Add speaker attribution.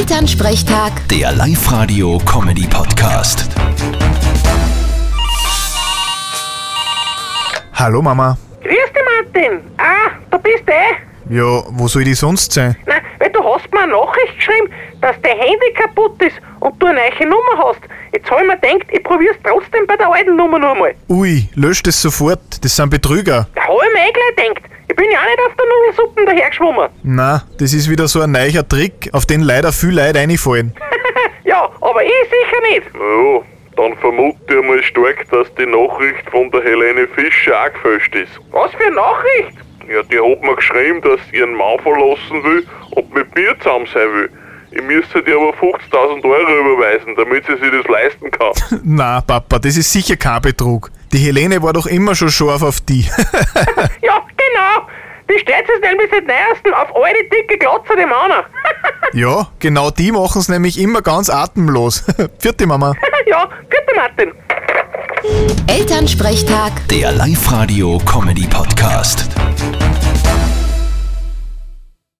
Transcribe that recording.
Speaker 1: Elternsprechtag,
Speaker 2: Der Live-Radio-Comedy-Podcast.
Speaker 3: Hallo Mama.
Speaker 4: Grüß dich, Martin. Ah, du bist eh.
Speaker 3: Ja, wo soll ich sonst sein?
Speaker 4: Nein, weil du hast mir eine Nachricht geschrieben, dass dein Handy kaputt ist und du eine neue Nummer hast. Jetzt hab ich mir gedacht, ich probier's trotzdem bei der alten Nummer nochmal.
Speaker 3: Ui, lösch das sofort, das sind Betrüger.
Speaker 4: Da hab ich mir eh gleich gedacht. Ich bin ja auch nicht auf der Nudelsuppen dahergeschwommen.
Speaker 3: Na, das ist wieder so ein neuer Trick, auf den leider viel Leute reinfallen.
Speaker 4: ja, aber ich sicher nicht.
Speaker 5: Ja, dann vermute ich mal stark, dass die Nachricht von der Helene Fischer auch gefälscht ist.
Speaker 4: Was für eine Nachricht?
Speaker 5: Ja, die hat mir geschrieben, dass sie ihren Mann verlassen will und mit mir zusammen sein will. Ich müsste dir aber 50.000 Euro überweisen, damit sie sich das leisten kann.
Speaker 3: Na, Papa, das ist sicher kein Betrug. Die Helene war doch immer schon scharf auf die.
Speaker 4: Ja, genau. Die steht jetzt nämlich seit neuestem auf alte, dicke Glotze dem anderen.
Speaker 3: ja, genau die machen's nämlich immer ganz atemlos. Vierte Mama.
Speaker 4: ja, bitte, Martin.
Speaker 1: Elternsprechtag.
Speaker 2: Der Live-Radio-Comedy-Podcast.